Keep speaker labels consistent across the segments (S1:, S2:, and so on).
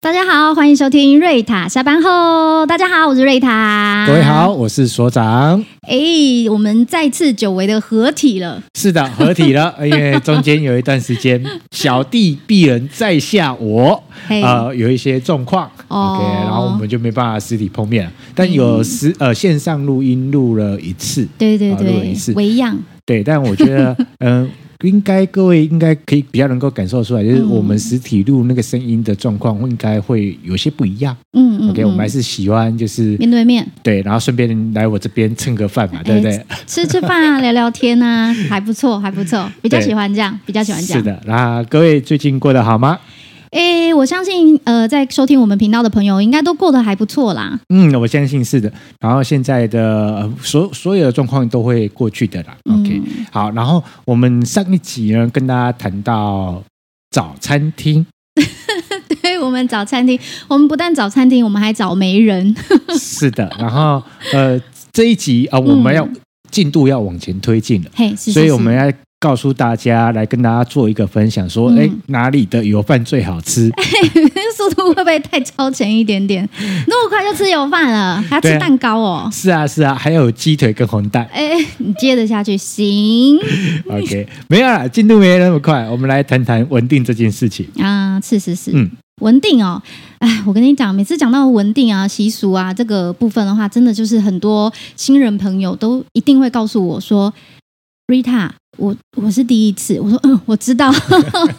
S1: 大家好，欢迎收听瑞塔下班后。大家好，我是瑞塔。
S2: 各位好，。我是所 长。
S1: 哎、我们再次久违的合体了。
S2: 是的，合体了，哎因为中间有一段时 间，小弟鄙人在下我，
S1: 嘿、
S2: 呃，有一些状况、
S1: 哎哦嗯
S2: o k 然后我们就没办法实体碰面了，但有实、呃线上录音录了一次，
S1: 对对
S2: 啊录了一次
S1: 对，维样。
S2: 对，但我 觉得，嗯、应该各位应该可以比较能够感受出来，就是
S1: 嗯
S2: 我们实体录那个声音的状况应该会有些不一样。
S1: 嗯嗯
S2: OK，我们
S1: 嗯
S2: 还是喜欢就是
S1: 面对面哎
S2: 对，然后顺便来我这边蹭个饭啊嘛，对不对？
S1: 吃吃饭啊，聊聊天 啊，还不错，还不错，比较
S2: 对
S1: 喜欢这样，比哎较喜欢这样。
S2: 是的，那各位最近过得好吗？
S1: 诶，我相信呃，在收听我们频道的朋友，应该都过得还不错啦。
S2: 嗯，我相信是的。然后现在的呃所所有的状况都会过去的啦。OK，、好。
S1: 嗯
S2: 然后我们上一集呢，跟大家谈到早 餐厅，
S1: 对我们找餐厅，我们不但找餐厅，我们还找媒人。
S2: 是的。然后呃，这一集啊、我们要、进度要往前推进了，
S1: 嘿，嗯是是
S2: 所以我
S1: 是
S2: 们要。告诉大家，来跟大家做一个分享，说，哎、
S1: 嗯
S2: 哪里的油饭最好吃？
S1: 速度会不会太超前一点点？那么快就吃油饭了，还要
S2: 对
S1: 吃
S2: 啊
S1: 蛋糕 哦？
S2: 是啊，是啊，还有鸡腿跟红 蛋。
S1: 哎，你接得下去行
S2: OK，没有啦，进度没那么快，我们来谈谈稳定这件事情。
S1: 啊？是是是，
S2: 嗯
S1: 文定哦。哎，我跟你讲，每次讲到文定啊、习俗啊这个部分的话，真的就是很多新人朋友都一定会告诉我说，Rita。我我是第一次，我说嗯，我知道。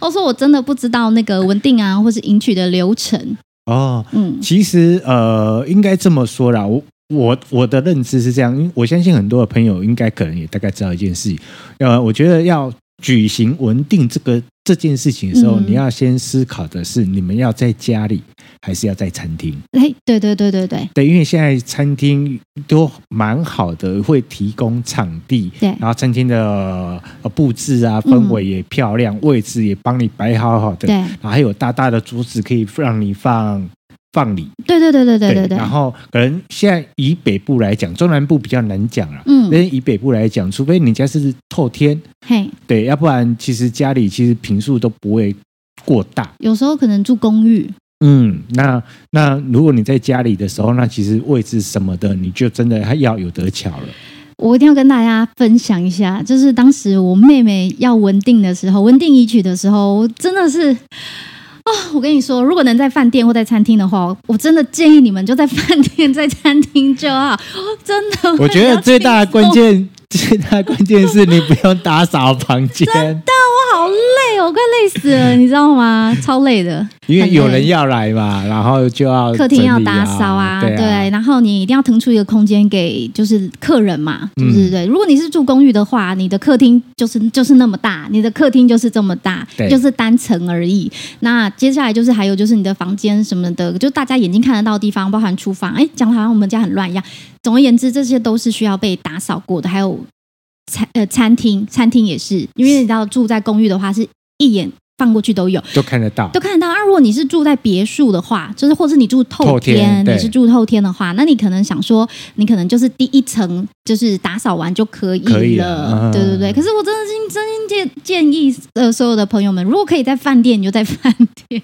S1: 我说我真的不知道那个文定啊，或是迎娶的流程。
S2: 哦，
S1: 嗯
S2: 其实呃，应该这么说啦，我我我的认知是这样，因为我相信很多的朋友应该可能也大概知道一件事情，呃，我觉得要举行文定这个这件事情的时候，
S1: 嗯
S2: 你要先思考的是，你们要在家里还是要在餐厅？
S1: 哎，对对对对对
S2: 对，因为现在餐厅都蛮好的，会提供场地，
S1: 对
S2: 然后餐厅的呃布置啊，氛围也漂亮，位置也帮你摆好好的，
S1: 嗯对
S2: 然后还有大大的桌子可以让你放放礼，
S1: 对对对对对对对
S2: 然。后可能现在以北部来讲，中南部比较难讲啦。
S1: 嗯
S2: 但，是以北部来讲，除非你家是透天，
S1: 嘿，
S2: 对，要不然其实家里其实平数都不会过大。
S1: 有时候可能住公寓，
S2: 嗯，那那如果你在家里的时候，那其实位置什么的，你就真的还要有 得巧了。
S1: 我一定要跟大家分享一下，就是当时我妹妹要文定的时候，文定遗曲的时候，我真的是。哦，我跟你说，如果能在饭店或在餐厅的话，我真的建议你们就在饭店、 在餐厅就好，真的。
S2: 我觉得最大的关，键， 最大的关键是你不用打扫房 间，
S1: 我好累哦，我快累死了，你知道吗？超累的。
S2: 因为有
S1: 很累
S2: 人要来嘛，然后就要
S1: 客厅要
S2: 整理
S1: 打扫啊，
S2: 对啊
S1: 然后你一定要腾出一个空间给就是客人嘛，对
S2: 嗯
S1: 不对？对如果你是住公寓的话，你的客厅就是就是那么大，你的客厅就是这么大，
S2: 对
S1: 就是单层而已。那接下来就是还有就是你的房间什么的，就大家眼睛看得到的地方，包含厨房，哎，讲的好像我们家很乱一样。总而言之，这些都是需要被打扫过的，还有。餐呃，餐厅，餐厅也是，因为你知道住在公寓的话，是一眼放过去都有，
S2: 都看得到
S1: 都。看得到。啊，如果你是住在别墅的话，就是或是你住透
S2: 透天对
S1: 你是住透天的话，那你可能想说，你可能就是第一层就是打扫完就可以了，
S2: 可以了嗯
S1: 对对对。可是我真的是真心建建议呃所有的朋友们，如果可以在饭店，你就在饭店。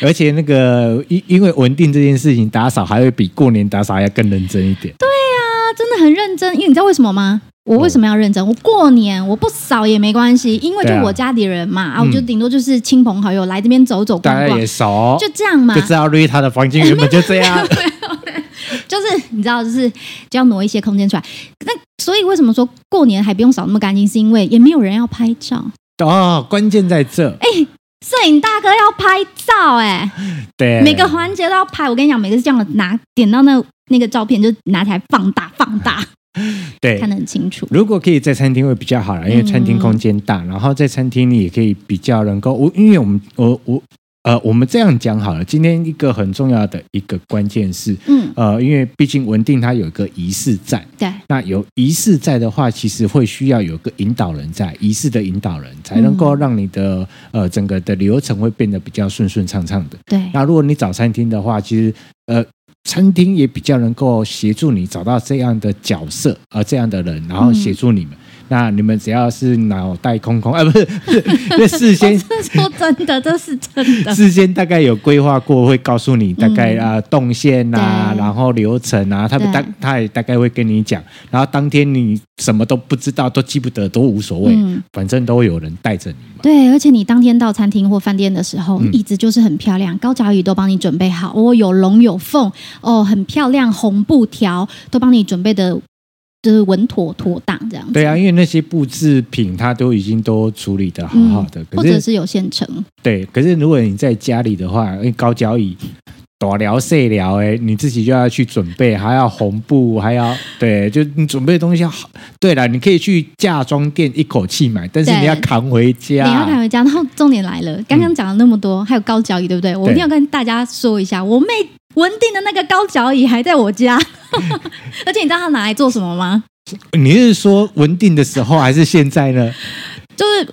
S2: 而且那个因因为稳定这件事情，打扫还会比过年打扫要更认真一点。
S1: 啊，真的很认真，因为你知道为什么吗？我为什么要认真？我过年我不扫也没关系，因为就
S2: 对啊
S1: 我家里人嘛，啊，
S2: 嗯
S1: 我就顶多就是亲朋好友来这边走走
S2: 大
S1: 逛
S2: 家
S1: 逛
S2: 也，哦熟，
S1: 就这样嘛
S2: 就。知道瑞他的房间原本就这样。
S1: 就是你知道，就是就要挪一些空间出来。那所以为什么说过年还不用扫那么干净，是因为也没有人要拍照。
S2: 哦，关键在这。
S1: 摄影大哥要拍照、欸，
S2: 对，
S1: 每个环节都要拍。我跟你讲，每次这样拿点到那那个照片，就拿起来放大放大，
S2: 对
S1: 看得很清楚。
S2: 如果可以在餐厅会比较好啦，因为餐厅空间大，然后在餐厅你也可以比较能够，我因为我们我我呃，我们这样讲好了。今天一个很重要的一个关键是，
S1: 嗯，
S2: 呃，因为毕竟文定它有一个仪式在，
S1: 对，
S2: 那有仪式在的话，其实会需要有个引导人在，仪式的引导人才能够
S1: 嗯
S2: 让你的呃整个的流程会变得比较顺顺畅畅的。
S1: 对，
S2: 那如果你找餐厅的话，其实呃，餐厅也比较能够协助你找到这样的角色，呃，这样的人，然后协助你们。那你们只要是脑袋空空，啊，不是， 不是，那事先
S1: 这 说真的，这是真的。
S2: 事先大概有规划过，会告诉你大概
S1: 嗯
S2: 啊、动线啊，
S1: 对
S2: 然后流程啊，他们大
S1: 对
S2: 他也大概会跟你讲。然后当天你什么都不知道，都记不得，都无所谓，
S1: 嗯
S2: 反正都有人带着你嘛。
S1: 对，而且你当天到餐厅或饭店的时候，
S2: 嗯
S1: 椅子就是很漂亮，高脚椅都帮你准备好，哦，有龙有凤，哦，很漂亮，红布条都帮你准备的，就是稳妥妥当这样子。
S2: 对啊，，因为那些布制品它都已经都处理的好好的，
S1: 或
S2: 可
S1: 者
S2: 是
S1: 是有现成，
S2: 对，可是如果你在家里的话，因为高脚椅。短聊碎聊，哎，你自己就要去准备，还要红布，还要 对，就你准备的东西要好。对了，你可以去嫁妆店一口气买，但是
S1: 对
S2: 你要扛回
S1: 你
S2: 家。
S1: 要带回家。然后重点来了，刚
S2: 嗯
S1: 刚讲了那么多，还有高脚椅，对不对？我一定要跟大家说一下，我妹文定的那个高脚椅还在我 家，而且你知道她拿来做什么吗？
S2: 你是说文定的时候还是现在呢？
S1: 就是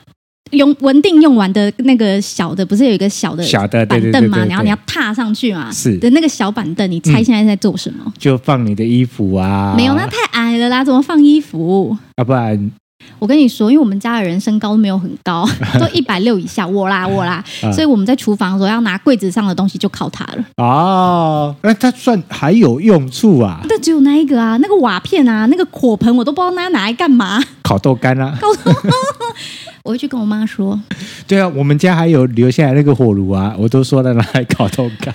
S1: 用文定用完的那个小的，不是有一个小的
S2: 小的，对
S1: 板
S2: 对对
S1: 凳
S2: 对
S1: 嘛，
S2: 对，
S1: 然后你要踏上去嘛，
S2: 是
S1: 的那个小板凳，你猜现在在做什么？
S2: 就放你的衣服啊，
S1: 没有，那太矮了啦，怎么放衣服？
S2: 要不然
S1: 我跟你说，因为我们家的人身高没有很 高，都一百六以下，我啦我啦，
S2: 啊
S1: 所以我们在厨房的时候要拿柜子上的东西就靠它了。
S2: 哦，那它算还有用处啊，
S1: 但只有那一个啊，那个瓦片啊，那个火盆我都不知道拿拿来干嘛。
S2: 烤豆干啊，
S1: 我会去跟我妈说，
S2: 对啊，我们家还有留下来那个火炉啊，我都说了拿来烤豆干，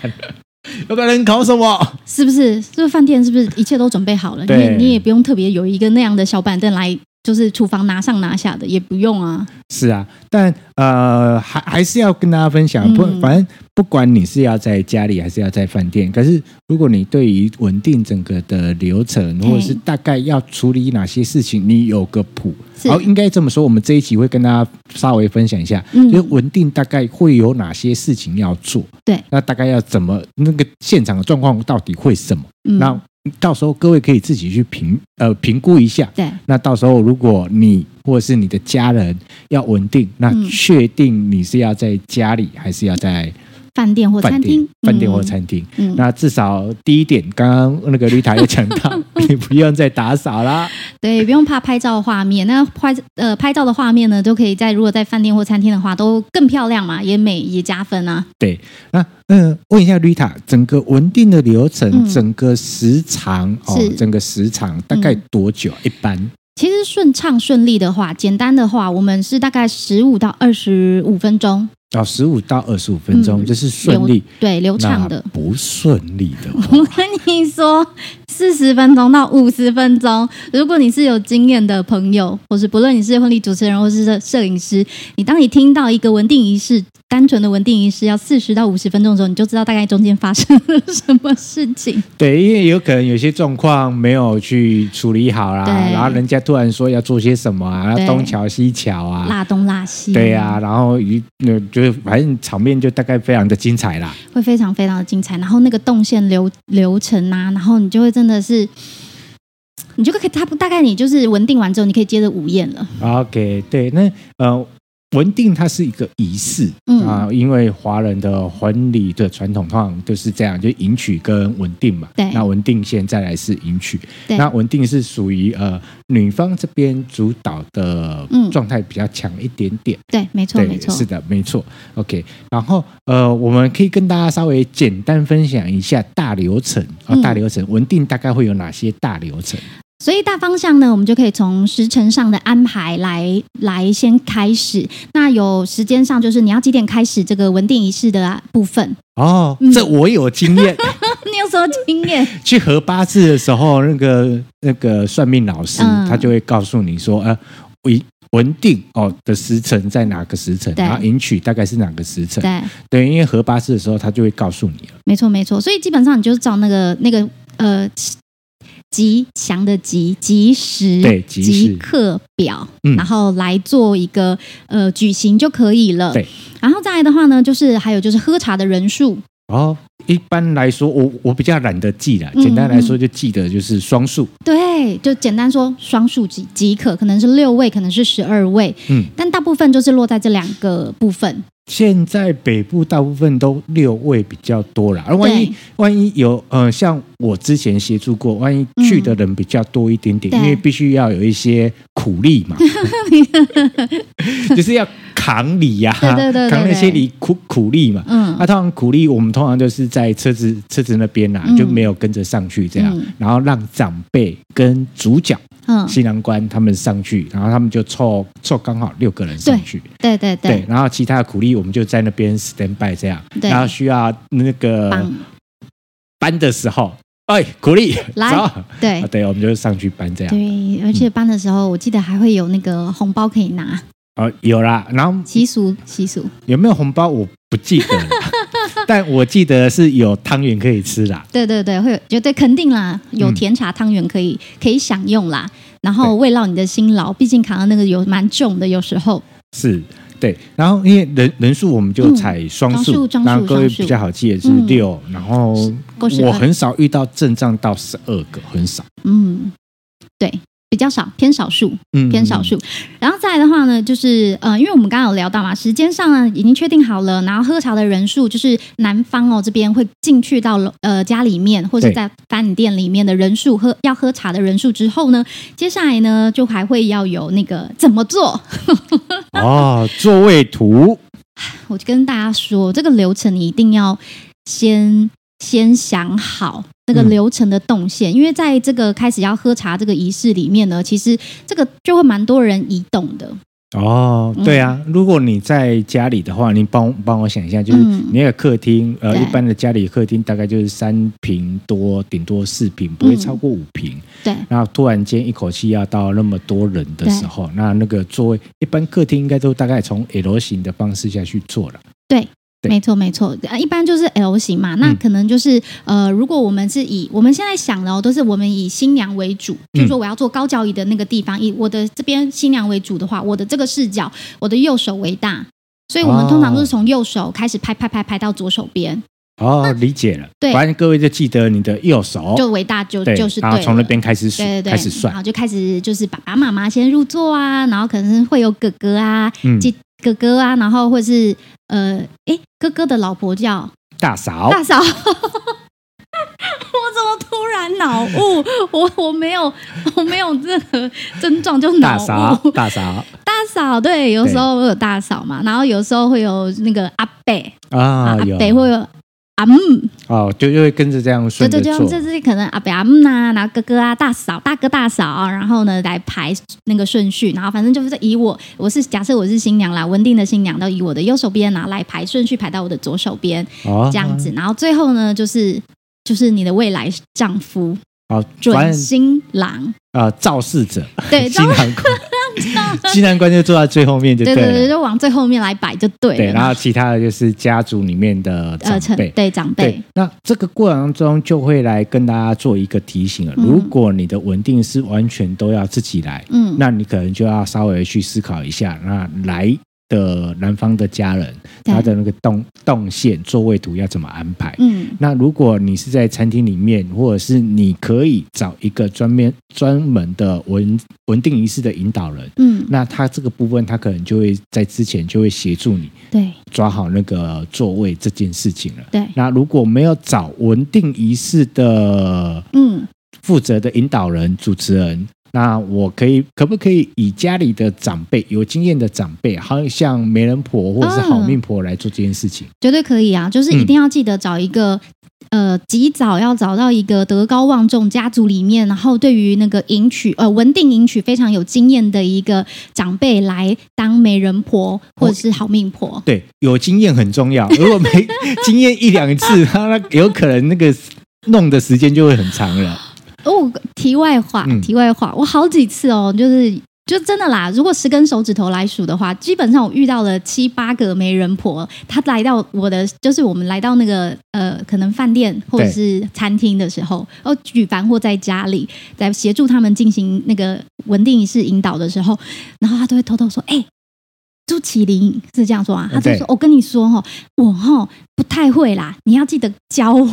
S2: 要不然能烤什么？
S1: 是不是？是不是饭店是不是一切都准备好了？你也
S2: 对
S1: 你也不用特别有一个那样的小板凳来，就是厨房拿上拿下的，也不用啊。
S2: 是啊，但呃，还还是要跟大家分享，不，
S1: 嗯
S2: 反正不管你是要在家里还是要在饭店，可是如果你对于稳定整个的流程，
S1: 嘿
S2: 或者是大概要处理哪些事情，你有个谱。
S1: 是
S2: 好，应该这么说，我们这一集会跟大家稍微分享一下，
S1: 嗯
S2: 就是稳定大概会有哪些事情要做，
S1: 对，
S2: 那大概要怎么那个现场的状况到底会什么？
S1: 嗯，
S2: 那到时候各位可以自己去评呃评估一下。
S1: 对，
S2: 那到时候如果你或者是你的家人要稳定，那
S1: 嗯
S2: 确定你是要在家里还是要在
S1: 饭店或
S2: 饭
S1: 餐
S2: 店
S1: 厅，、
S2: 饭店或
S1: 嗯
S2: 餐厅？
S1: 嗯
S2: 那至少第一点，刚刚那个丽塔也讲 到，你不用再打扫啦。
S1: 对，不用怕拍照画面。那拍呃拍照的画面呢，都可以在如果在饭店或餐厅的话，都更漂亮嘛，也美也加分啊。
S2: 对，那嗯、问一下 Rita，整个文定的流程，
S1: 嗯
S2: 整个时长哦
S1: 是，嗯
S2: 整个时长大概多久？啊一般
S1: 其实顺畅顺利的话，简单的话，我们是大概十五到二十五分钟，
S2: 哦，十五到二十五分钟，
S1: 嗯
S2: 这是顺利，
S1: 对，流畅
S2: 那
S1: 的。
S2: 不顺利的
S1: 我
S2: 话
S1: 跟你说，四十分钟到五十分钟，如果你是有经验的朋友，或是不论你是婚礼主持人或是摄摄影师，你当你听到一个文定仪式，单纯的文定仪式要四十到五十分钟的时候，你就知道大概中间发生了什么事情。
S2: 对，因为有可能有些状况没有去处理好啦，
S1: 对
S2: 然后人家突然说要做些什么啊，
S1: 对
S2: 东瞧西瞧啊，
S1: 辣东辣西，
S2: 对呀、啊，然后一那就是反正场面就大概非常的精彩啦。
S1: 会非常非常的精彩。然后那个动线流流程啊，然后你就会真的是，你就可以，它不大概你就是稳定完之后，你可以接着午宴了。
S2: OK，对，那呃，文定它是一个仪式啊、
S1: 嗯
S2: 因为华人的婚礼的传统通常就是这样，就迎娶跟文定嘛。
S1: 对
S2: 那文定现在来是迎娶，
S1: 对
S2: 那文定是属于呃女方这边主导的
S1: 嗯
S2: 状态比较强一点点。
S1: 对，没错，
S2: 对，
S1: 没错，
S2: 是的，没错。OK，然后呃，我们可以跟大家稍微简单分享一下大流程啊、
S1: 嗯
S2: 大流程文定大概会有哪些大流程？
S1: 所以大方向呢，我们就可以从时辰上的安排来来先开始。那有时间上，就是你要几点开始这个文定仪式的啊部分？
S2: 哦，这我有经验，
S1: 你有什么经验？
S2: 去合八字的时候，那个那个算命老师、
S1: 嗯
S2: 他就会告诉你说，呃，文文定哦的时辰在哪个时辰，
S1: 对
S2: 然后迎娶大概是哪个时辰，
S1: 对，
S2: 对，因为合八字的时候他就会告诉你了。
S1: 没错，没错。所以基本上你就是照那个那个呃吉祥的吉吉时
S2: 对吉时
S1: 刻表，
S2: 嗯
S1: 然后来做一个呃举行就可以了。
S2: 对，
S1: 然后再来的话呢，就是还有就是喝茶的人数，
S2: 哦，一般来说，我我比较懒得记啦，
S1: 嗯
S2: 简单来说就记得就是双数，
S1: 对，就简单说双数即即可，可能是六位，可能是十二位，
S2: 嗯。
S1: 但大部分就是落在这两个部分。
S2: 现在北部大部分都六位比较多啦，而万一
S1: 对
S2: 万一有呃，像我之前协助过，万一去的人比较多一点点，
S1: 对
S2: 因为必须要有一些苦力 嘛，就是要扛理呀、
S1: 对对对对对
S2: 扛那些力苦苦力嘛。
S1: 嗯
S2: 那、通常苦力，我们通常就是在车子车子那边啦、啊
S1: 嗯
S2: 就没有跟着上去这样，
S1: 嗯
S2: 然后让长辈跟主角
S1: 嗯，
S2: 新郎官他们上去，然后他们就凑凑刚好六个人上去。
S1: 对对
S2: 对
S1: 对，，
S2: 然后其他的苦力我们就在那边 stand by 这样，
S1: 对
S2: 然后需要那个
S1: 帮
S2: 搬的时候，哎，苦力
S1: 来
S2: 走
S1: 对
S2: 啊，对，我们就上去搬这样。
S1: 对，而且搬的时候，我记得还会有那个红包可以拿，
S2: 哦，有啦，然后
S1: 习俗习俗，
S2: 有没有红包我不记得 了，但我记得是有汤圆可以吃啦。
S1: 对对对，会有绝对肯定啦，有
S2: 嗯
S1: 甜茶汤圆可以可以享用啦。然后慰劳你的辛劳，毕竟扛的那个有蛮重的，有时候
S2: 是对，然后因为人人数我们就采双数，
S1: 嗯双数
S2: 然后各位
S1: 双数
S2: 比较好记也是
S1: 嗯
S2: 六、然后
S1: 够十二
S2: 我很少遇到阵仗到十二个，很少，
S1: 嗯，对，比较少，偏少数，
S2: 嗯，
S1: 偏少数。然后再来的话呢，就是呃，因为我们刚刚有聊到嘛，时间上呢已经确定好了，然后喝茶的人数就是男方哦这边会进去到楼呃家里面或是
S2: 对
S1: 在饭店里面的人数喝要喝茶的人数之后呢，接下来呢就还会要有那个怎么做。
S2: 哦，座位图，
S1: 我就跟大家说，这个流程你一定要先先想好那个
S2: 嗯
S1: 流程的动线，因为在这个开始要喝茶这个仪式里面呢，其实这个就会蛮多人移动的。
S2: 哦，
S1: 嗯
S2: 对啊，如果你在家里的话，你帮帮我想一下，就是
S1: 嗯
S2: 你那个客厅，呃，
S1: 对
S2: 一般的家里客厅大概就是三平多，顶多四平，不会超过五平。
S1: 嗯对，
S2: 然后突然间一口气要到那么多人的时候，那那个座位，一般客厅应该都大概从 L 型的方式下去坐了。对
S1: 没错，没错，啊，一般就是 L 型嘛。那
S2: 嗯
S1: 可能就是、呃，如果我们是以我们现在想的哦，都是我们以新娘为主，
S2: 嗯
S1: 就是说我要坐高脚椅的那个地方，以我的这边新娘为主的话，我的这个视角，我的右手为大，所以我们通常都是从右手开始拍拍拍拍到左手边，
S2: 哦，理解了。
S1: 啊对
S2: 反正各位就记得你的右手，
S1: 就为大就
S2: 哦对，
S1: 就是对
S2: 然后
S1: 了
S2: 从那边开始数
S1: 对对对，嗯
S2: 开始算
S1: 然。后就开始就是爸爸妈妈先入座啊，然后可能会有哥哥啊、
S2: 嗯，
S1: 姐哥哥啊，然后或是呃，诶，哥哥的老婆叫
S2: 大嫂，
S1: 大嫂。我 怎么突然脑雾？我我没有我没有任何症状，就脑
S2: 大嫂
S1: 雾。，
S2: 大嫂
S1: 大嫂对，有时候会有大嫂嘛，然后有时候会有那个阿伯，啊
S2: 啊，
S1: 阿
S2: 有
S1: 伯会有阿姆，
S2: 哦，就就会跟着这样
S1: 对
S2: 顺着
S1: 对对，
S2: 做。
S1: 就是可能阿伯阿姆啊，然后哥哥啊、大嫂、大哥大嫂，啊然后呢来排那个顺序，然后反正就是以我我是假设我是新娘啦，文定的新娘，都以我的右手边，然后来排顺序排到我的左手边
S2: 哦，
S1: 这样子，然后最后呢就是就是你的未来丈夫
S2: 好，
S1: 准
S2: 反正
S1: 新 郎，
S2: 呃，肇事者，
S1: 对，
S2: 新
S1: 就
S2: 郎官， 新郎官就坐在最后面就
S1: 对对
S2: 了，
S1: 对，就往最后面来摆就对了，
S2: 对，然后其他的就是家族里面的
S1: 呃，
S2: 长
S1: 成
S2: 辈。
S1: 对长辈，，
S2: 那这个过程中就会来跟大家做一个提醒了。
S1: 嗯
S2: 如果你的稳定是完全都要自己来，
S1: 嗯，
S2: 那你可能就要稍微去思考一下，那来的男方的家人
S1: 对
S2: 他的那个动动线座位图要怎么安排？
S1: 嗯
S2: 那如果你是在餐厅里面，或者是你可以找一个专门专门的文文定仪式的引导人，
S1: 嗯，
S2: 那他这个部分他可能就会在之前就会协助你
S1: 对
S2: 抓好那个座位这件事情了。
S1: 对，
S2: 那如果没有找文定仪式的
S1: 嗯
S2: 负责的引导人、主持人，那我可以可不可以以家里的长辈、有经验的长辈，好像媒人婆或者是好命婆来做这件事情？
S1: 绝对可以啊，就是
S2: 嗯
S1: 一定要记得找一个。呃，及早要找到一个德高望重家族里面，然后对于那个迎娶，呃，文定迎娶非常有经验的一个长辈来当媒人婆或者是好命婆，
S2: 对，有经验很 重要。如果没经验一两次，他那有可能那个弄的时间就会很长了。
S1: 哦，题外话，
S2: 嗯
S1: 题外话，我好几次哦，就是就真的啦，如果十根手指头来数的话，基本上我遇到了七八个媒人婆，她来到我的，就是我们来到那个呃，可能饭店或者
S2: 对
S1: 是餐厅的时候，哦，举凡或在家里，在协助他们进行那个文定仪式引导的时候，然后她都会偷偷说，哎、朱麒麟是这样说啊，
S2: 嗯
S1: 她就
S2: 对
S1: 说：“我跟你说哦，我哦不太会啦，你要记得教我，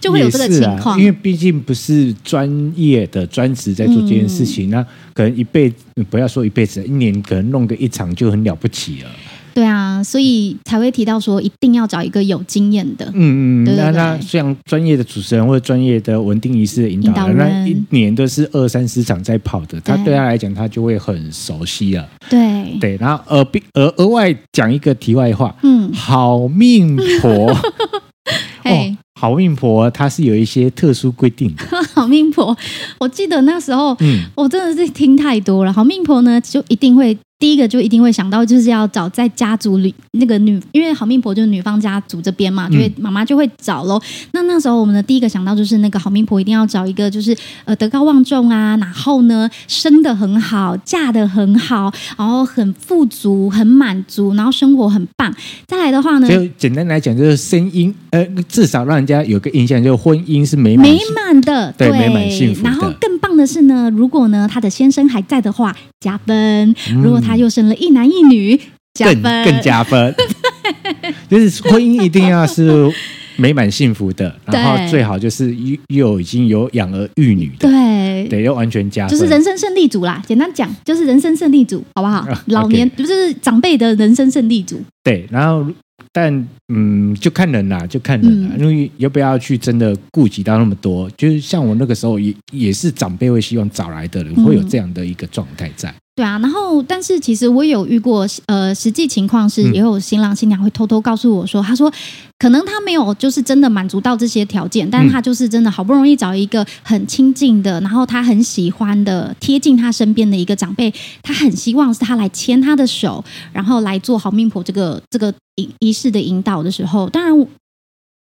S1: 就会有这个
S2: 也是
S1: 情
S2: 啊
S1: 况。
S2: 因为毕竟不是专业的专职在做这
S1: 嗯
S2: 件嗯事情，那可能一辈子不要说一辈子，一年可能弄个一场就很了不起了。
S1: 对啊，所以才会提到说一定要找一个有经验的。
S2: 嗯嗯，
S1: 对
S2: 那
S1: 对
S2: 那
S1: 对
S2: 像专业的主持人或者专业的文定仪式的引导人，
S1: 引导
S2: 那
S1: 人
S2: 一年都是二三十场在跑的，他
S1: 对
S2: 对他来讲，他就会很熟悉了。
S1: 对，
S2: 对，然后呃，并额额外讲一个题外话，
S1: 嗯，
S2: 好命婆
S1: 嘿哎
S2: 哦，，好命婆它是有一些特殊规定的，
S1: 好命婆，我记得那时候
S2: 嗯，
S1: 我真的是听太多了。好命婆呢，就一定会第一个就一定会想到，就是要找在家族里那个女，因为好命婆就是女方家族这边嘛，就会、妈妈就会找喽。那那时候我们的第一个想到就是那个好命婆一定要找一个就是呃德高望重啊，然后呢生的很好，嫁的很好，然后很富足、很满足，然后生活很棒。再来的话呢，
S2: 嗯就简单来讲，就是声音，呃，至少让人家有个印象，就是婚姻是美满
S1: 美
S2: 幸福
S1: 满的，
S2: 对美满幸福的
S1: 然后更棒的是呢，如果呢他的先生还在的话，加分；
S2: 嗯
S1: 如果他又生了一男一女，加
S2: 更
S1: 分。
S2: 更 加分。就是婚姻一定要是美满幸福的，然后
S1: 对
S2: 最好就是又又已经有养儿育女的，
S1: 对。
S2: 对，要完全加分。
S1: 就是人生胜利组啦，简单讲就是人生胜利组，好不好？
S2: 啊
S1: 老
S2: OK
S1: 年不是长辈的人生胜利组，
S2: 对，然后但嗯，就看人啦，就看人
S1: 嗯
S2: 啦，因为要不要去真的顾及到那么多？就是像我那个时候也也是长辈会希望找来的人，
S1: 嗯
S2: 会有这样的一个状态在。
S1: 对啊。然后，但是其实我有遇过，呃，实际情况是
S2: 嗯
S1: 也有新郎新娘会偷偷告诉我说，他说可能他没有就是真的满足到这些条件，但
S2: 嗯
S1: 他就是真的好不容易找一个很亲近的，然后他很喜欢的、贴近他身边的一个长辈，他很希望是他来牵他的手，然后来做好命婆这个这个仪仪式的引导的时候，当然我。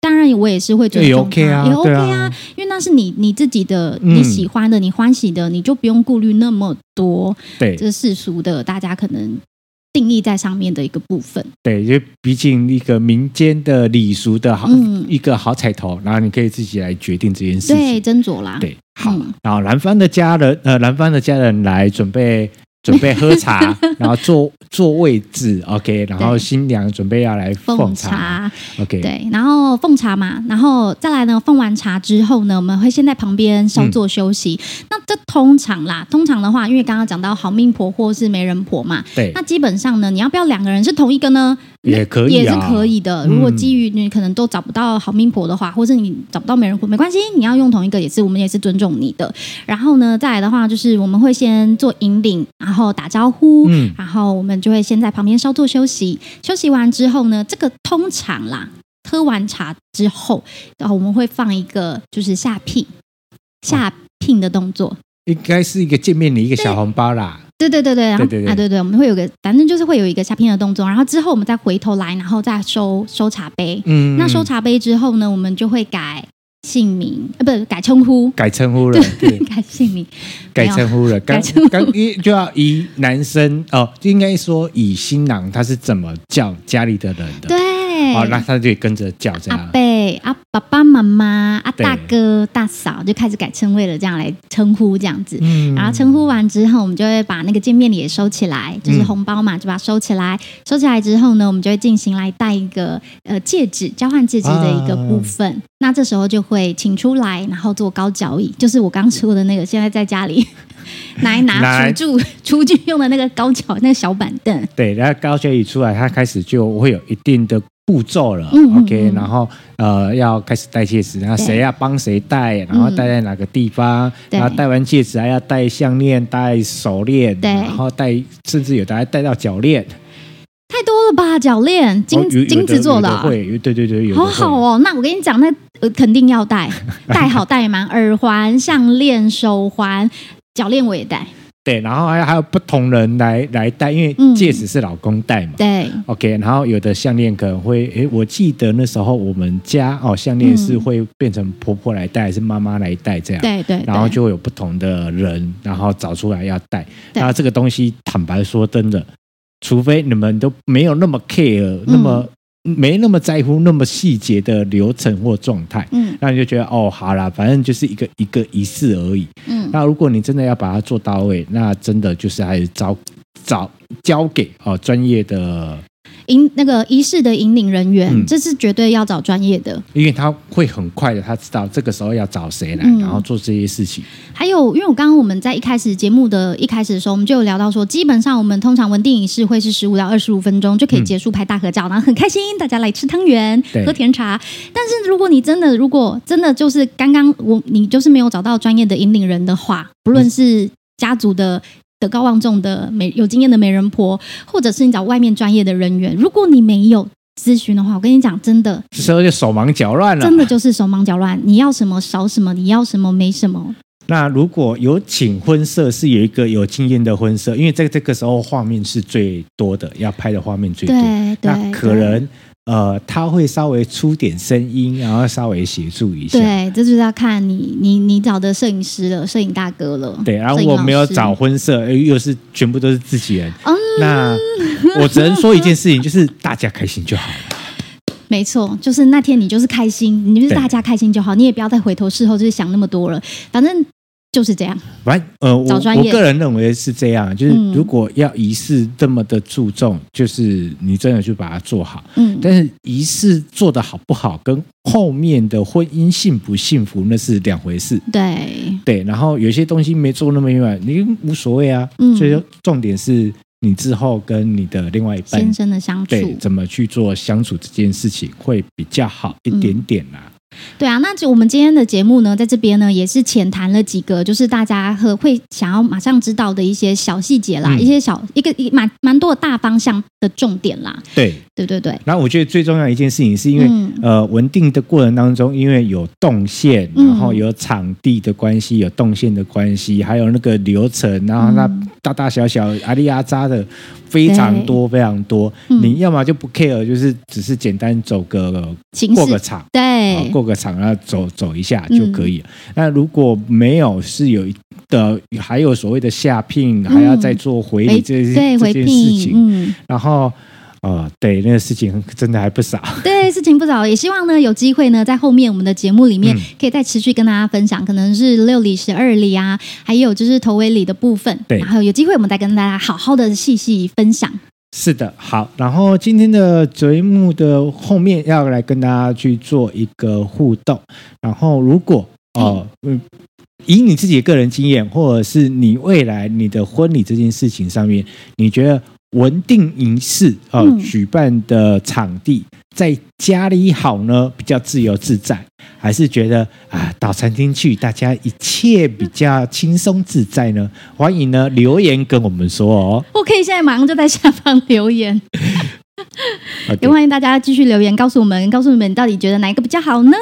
S1: 当然，我也是会尊
S2: 也
S1: 重他，
S2: OK 啊
S1: 嗯也 OK
S2: 对啊
S1: 因为那是你你自己的、
S2: 嗯
S1: 你喜欢的、你欢喜的，你就不用顾虑那么多，
S2: 对
S1: 这世俗的大家可能定义在上面的一个部分。
S2: 对，就毕竟一个民间的礼俗的好、
S1: 嗯
S2: 一个好彩头，然后你可以自己来决定这件事
S1: 对，
S2: 情。
S1: 斟酌啦。
S2: 对，好，
S1: 嗯
S2: 然后男方的家人呃，男方的家人来准备。准备 喝茶，然后坐坐位置，OK，然后
S1: 对
S2: 新娘准备要来
S1: 奉
S2: 奉茶
S1: 茶，
S2: ，OK，
S1: 对，然后奉茶嘛，然后再来呢，奉完茶之后呢，我们会先在旁边稍作休息。
S2: 嗯
S1: 那这通常啦，通常的话，因为刚刚讲到好命婆或是媒人婆嘛，
S2: 对
S1: 那基本上呢，你要不要两个人是同一个呢？
S2: 也可以、啊，
S1: 也是可以的。如果
S2: 嗯
S1: 基于你可能都找不到好命婆的话，或者你找不到媒人婆，没关系，你要用同一个也是，我们也是尊重你的。然后呢，再来的话就是我们会先做引领，然后打招呼，
S2: 嗯
S1: 然后我们就会先在旁边稍作休息。休息完之后呢，这个通常啦，喝完茶之后，然后我们会放一个就是下聘下聘的动作。
S2: 应该是一个见面礼，一个小红包啦。
S1: 对对对对，然后
S2: 对对对
S1: 啊对对，我们会有个，反正就是会有一个下聘的动作，然后之后我们再回头来，然后再收收茶杯。
S2: 嗯，
S1: 那收茶杯之后呢，我们就会改姓名，呃，不是改称呼，
S2: 改称呼了，对，
S1: 改姓名。
S2: 改称呼了，
S1: 改
S2: 刚
S1: 称呼
S2: 刚一就要以男生哦，就应该说以新郎他是怎么叫家里的人的，
S1: 对，
S2: 哦，那他就跟着叫这
S1: 阿
S2: 样。
S1: 贝、阿爸爸妈妈、阿
S2: 对
S1: 大哥、大嫂就开始改称谓了，这样来称呼这样子。
S2: 嗯
S1: 然后称呼完之后，我们就会把那个见面礼也收起来，就是
S2: 嗯
S1: 红包嘛，就把它收起来。收起来之后呢，我们就会进行来戴一个呃戒指，交换戒指的一个部分。
S2: 啊
S1: 那这时候就会请出来，然后做高脚椅，就是我刚说的那个，现在在家 里拿来
S2: 拿
S1: 拿
S2: 来
S1: 厨具厨具用的那个高脚那个小板凳。
S2: 对，然后高学宇出来，他开始就会有一定的步骤了、
S1: 嗯嗯
S2: o k
S1: 嗯
S2: 然后呃要开始戴戒指，然后
S1: 对嗯
S2: 谁要帮谁戴，然后戴在哪个地方，
S1: 对
S2: 然后戴完戒指还要戴项链、戴手链，
S1: 对
S2: 然后戴甚至有的还戴到脚链，
S1: 太多了吧，脚链
S2: 哦
S1: 金
S2: 有有
S1: 金子做
S2: 有
S1: 的
S2: 的
S1: 啊、
S2: 会，有对对对，有的
S1: 好
S2: 会
S1: 好哦，那我跟你讲，那呃肯定要戴，戴好戴满，耳环、项链、手环、脚链我也戴，
S2: 对，然后还还有不同人来来戴，因为
S1: 嗯
S2: 戒指是老公戴嘛。
S1: 对
S2: OK，然后有的项链可能会，诶，我记得那时候我们家哦，项链是
S1: 嗯
S2: 会变成婆婆来戴，还是妈妈来戴这样？
S1: 对对，
S2: 然后
S1: 对
S2: 就会有不同的人，然后找出来要戴。
S1: 对
S2: 那这个东西，坦白说，真的，除非你们都没有那么 care，、那么没那么在乎那么细节的流程或状态，
S1: 嗯
S2: 那你就觉得哦，好啦，反正就是一个一个仪式而已。
S1: 嗯，
S2: 那如果你真的要把它做到位，那真的就是还是找找交给哦专业的
S1: 引那个仪式的引领人员，
S2: 嗯
S1: 这是绝对要找专业的。
S2: 因为他会很快的，他知道这个时候要找谁来，
S1: 嗯
S2: 然后做这些事情。
S1: 还有，因为我刚刚我们在一开始节目的一开始的时候，我们就有聊到说，基本上我们通常文定影视会是十五到二十五分钟就可以结束拍大合照，然后很开心，大家来吃汤圆、
S2: 对
S1: 喝甜茶。但是如果你真的，如果真的就是刚刚我你就是没有找到专业的引领人的话，不论是家族的。德高望重的美有经验的媒人婆，或者是你找外面专业的人员，如果你没有咨询的话，我跟你讲，真的
S2: 这时候就手忙脚乱了。
S1: 真的就是手忙脚乱，你要什么少什么，你要什么没什么，
S2: 那如果有请婚摄，是有一个有经验的婚摄，因为在这个时候画面是最多的，要拍的画面最多。
S1: 对对，
S2: 那可
S1: 对
S2: 能呃，他会稍微出点声音，然后稍微协助一下。
S1: 对，这就是要看你你你找的摄影师了，摄影大哥了。
S2: 对，然后
S1: 摄影
S2: 我
S1: 老
S2: 没有
S1: 师
S2: 找婚摄，呃又是全部都是自己人。
S1: 嗯
S2: 那我只能说一件事情，就是大家开心就好 了。
S1: 没错，就是那天你就是开心，你就是
S2: 对
S1: 大家开心就好，你也不要再回头事后就是想那么多了，反正就是这样。
S2: 反正呃，我
S1: 找专
S2: 我
S1: 业
S2: 个人认为是这样，就是
S1: 嗯
S2: 如果要仪式这么的注重，就是你真的去把它做好。
S1: 嗯，
S2: 但是仪式做的好不好，跟后面的婚姻幸不幸福那是两回事。
S1: 对，
S2: 对，然后有些东西没做那么明白，你无所谓啊。
S1: 嗯
S2: 所以说重点是你之后跟你的另外一半
S1: 先生的相处，
S2: 对怎么去做相处这件事情会比较好一点点啦、
S1: 对啊，那就我们今天的节目呢，在这边呢也是浅谈了几个，就是大家和会想要马上知道的一些小细节啦，
S2: 嗯
S1: 一些小一个一蛮蛮多的大方向的重点啦，
S2: 嗯对，
S1: 对对对，
S2: 然后我觉得最重要的一件事情是因为、
S1: 嗯
S2: 呃，文定的过程当中，因为有动线，
S1: 嗯
S2: 然后有场地的关系，有动线的关系，还有那个流程，然后它大大小小、阿里阿扎的非常多非常多。
S1: 嗯
S2: 你要么就不 care，就是只是简单走个
S1: 情
S2: 过个
S1: 势
S2: 场。啊
S1: 对，
S2: 过个场，然后走走一下
S1: 哎嗯
S2: 就可以了。那、如果没有是有一的，还有所谓的下聘，还要再做回礼
S1: 嗯回
S2: 这件、
S1: 对
S2: 这
S1: 回
S2: 件事
S1: 聘，
S2: 情，
S1: 嗯。
S2: 然后呃，对那个事情真的还不少。
S1: 对，事情不少，也希望呢有机会呢，在后面我们的节目里面
S2: 嗯
S1: 可以再持续跟大家分享，可能是六里、十二里啊，还有就是头尾里的部分。
S2: 对
S1: 然后有机会我们再跟大家好好的细细分享。
S2: 是的，好，然后今天的节目的后面要来跟大家去做一个互动，然后如果哦，嗯，以你自己的个人经验，或者是你未来你的婚礼这件事情上面，你觉得文定仪式哦、
S1: 嗯
S2: 举办的场地在家里好呢，比较自由自在，还是觉得啊到餐厅去大家一切比较轻松自在呢？欢迎呢留言跟我们说哦。
S1: 我可以现在马上就在下方留言，
S2: OK
S1: 也欢迎大家继续留言，告诉我们，告诉你们到底觉得哪一个比较好呢？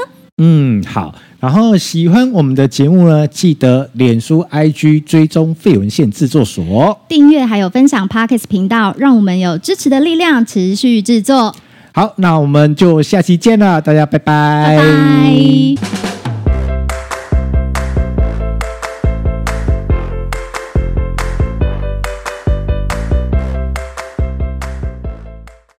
S2: 嗯，好。然后喜欢我们的节目呢，记得脸书、IG 追踪费文献制作所哦。
S1: 订阅还有分享 Parkes 频道，让我们有支持的力量，持续制作。
S2: 好，那我们就下期见了，大家拜
S1: 拜拜。